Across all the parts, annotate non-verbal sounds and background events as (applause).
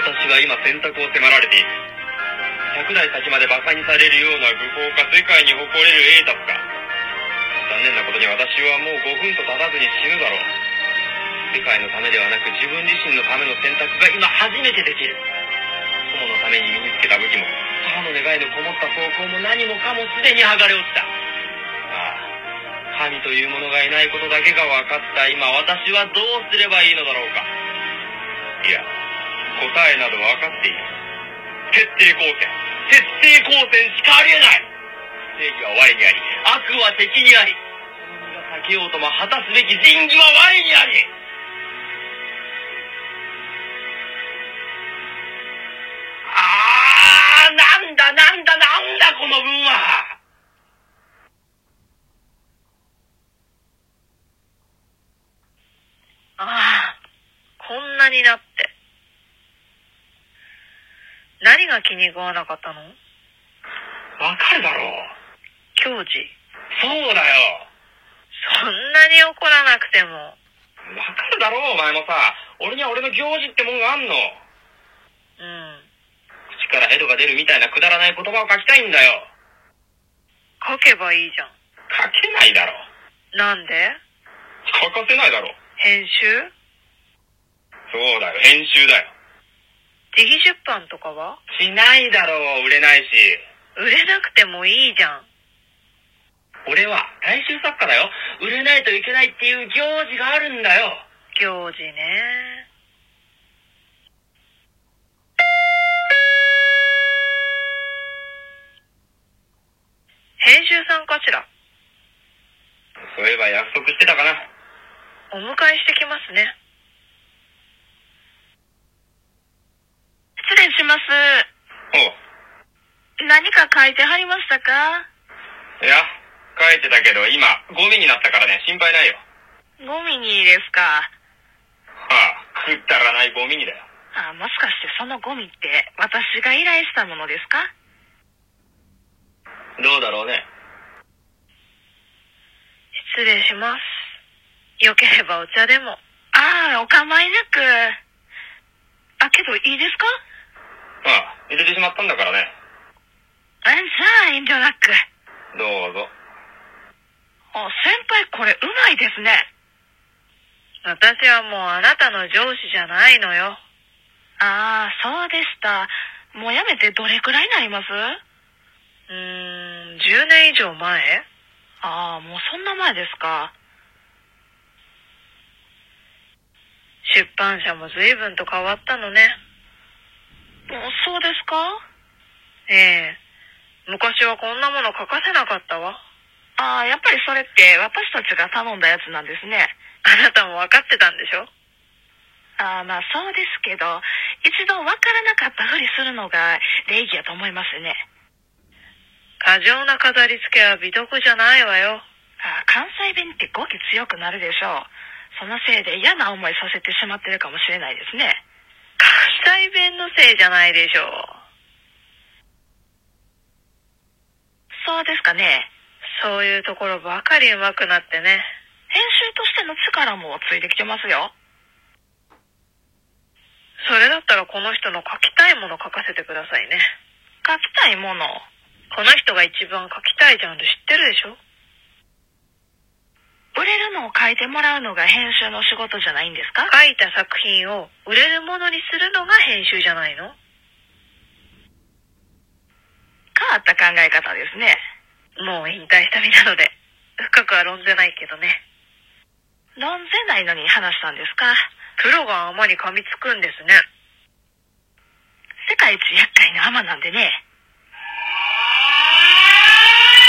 選択を迫られている100代先まで馬鹿にされるような愚行か世界に誇れる栄達か残念なことに私はもう5分と経たずに死ぬだろう世界のためではなく自分自身のための選択が今初めてできる友のために身につけた武器も母の願いのこもった方向も何もかもすでに剥がれ落ちたああ神というものがいないことだけが分かった今私はどうすればいいのだろうかいや答えなど分かっている徹底抗戦徹底抗戦しかありえない正義は我にあり悪は敵にあり人が避けようとも果たすべき仁義は我にありああなんだなんだなんだこの文はああ、こんなになって。何が気に食わなかったのわかるだろう教授。そうだよそんなに怒らなくても。わかるだろうお前もさ俺には俺の行事ってもんがあんうのん。口からヘドが出るみたいなくだらない言葉を書きたいんだよ書けばいいじゃん。書けないだろなんで書かせないだろ編集そうだよ編集だよ自費出版とかはしないだろう売れないし売れなくてもいいじゃん。俺は大衆作家だよ売れないといけないっていう行事があるんだよ行事ね。編集さんかしらそういえば約束してたかなお迎えしてきますね。失礼します。おう何か書いてはりましたかいや書いてたけど今ゴミになったからね心配ないよゴミにですかはあくだらないゴミにだよあ、もしかしてそのゴミって私が依頼したものですかどうだろうね失礼します。よければお茶でも。ああ、お構いなく。あ、けどいいですかああ入れてしまったんだからねあじゃあ遠慮なく。どうぞあ、先輩これうまいですね。私はもうあなたの上司じゃないのよ。ああ、そうでした。もうやめてどれくらいになりますうーん、10年以上前ああ、もうそんな前ですか。出版社も随分と変わったのね。もうそうですかええ昔はこんなもの書かせなかったわ。ああ、やっぱりそれって私たちが頼んだやつなんですね。あなたも分かってたんでしょああ、まあそうですけど、一度わからなかったふりするのが礼儀やと思いますね。過剰な飾り付けは美徳じゃないわよ。ああ関西弁って語気強くなるでしょう。そのせいで嫌な思いさせてしまってるかもしれないですね。関西弁のせいじゃないでしょう。そうですかね。そういうところばかり上手くなってね。編集としての力もついてきてますよ。それだったらこの人の書きたいもの書かせてくださいね。書きたいもの。この人が一番書きたいジャンル知ってるでしょ売れるのを書いてもらうのが編集の仕事じゃないんですか書いた作品を売れるものにするのが編集じゃないの変わった考え方ですね。もう引退した身なので、 (laughs) 深くは論ぜないけどね。論ぜないのに話したんですかプロが甘に噛みつくんですね。世界一厄介な天なんでね。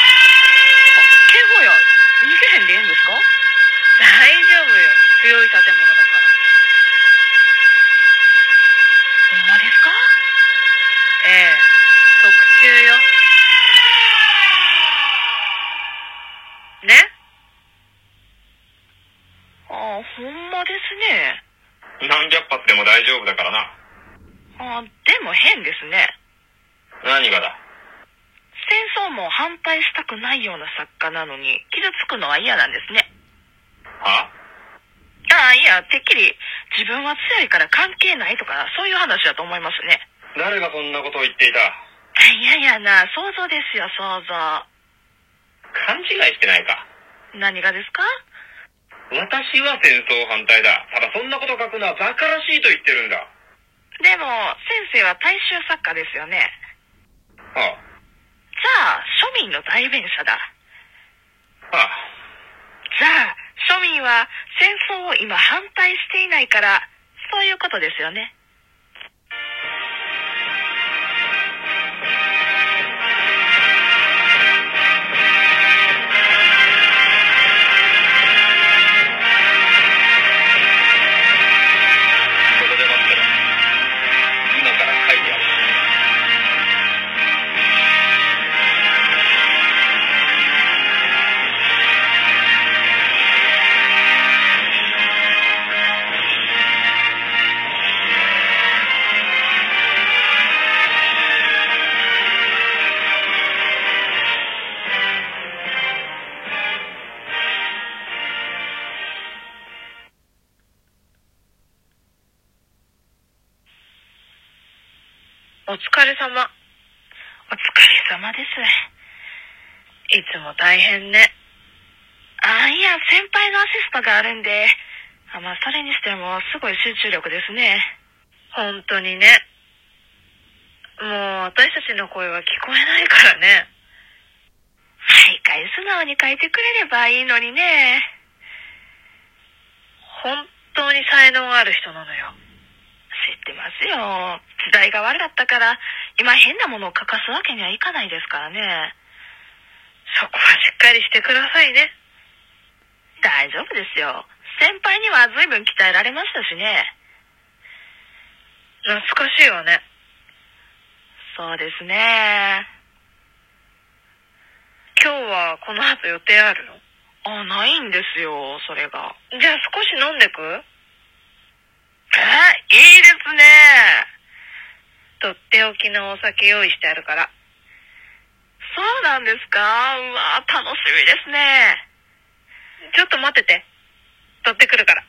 敬語よ。逃げへんでええんですか大丈夫よ。強い建物だから。ほんまですかええ。特注よ。ねああ、ほんまですね。何百発でも大丈夫だからなああ、でも変ですね。何がだ戦争も反対したくないような作家なのに、傷つくのは嫌なんですね。はああ、いや、てっきり、自分は強いから関係ないとか、そういう話だと思いますね。誰がそんなことを言っていたいやいやな、想像ですよ、想像。勘違いしてないか何がですか私は戦争反対だ。ただそんなこと書くのは馬鹿らしいと言ってるんだ。でも、先生は大衆作家ですよね。あじゃあ、庶民の代弁者だ。あ、ああ、じゃあ、庶民は戦争を今反対していないから、そういうことですよね。そこで待ってろ。今から書いてやる。お疲れ様。お疲れ様です。いつも大変ね。あ、いや、先輩のアシストがあるんで、あまあ、それにしても、すごい集中力ですね。本当にね。もう私たちの声は聞こえないからね。毎回素直に書いてくれればいいのにね。本当に才能ある人なのよ。知ってますよ。時代が悪かったから、今変なものを書かすわけにはいかないですからね。そこはしっかりしてくださいね。大丈夫ですよ。先輩には随分鍛えられましたしね。懐かしいわね。そうですね。今日はこの後予定あるのあ、ないんですよ、それが。じゃあ少し飲んでくえ、いいですね。とっておきのお酒用意してあるから。そうなんですかうわ、楽しみですね。ちょっと待ってて。取ってくるから。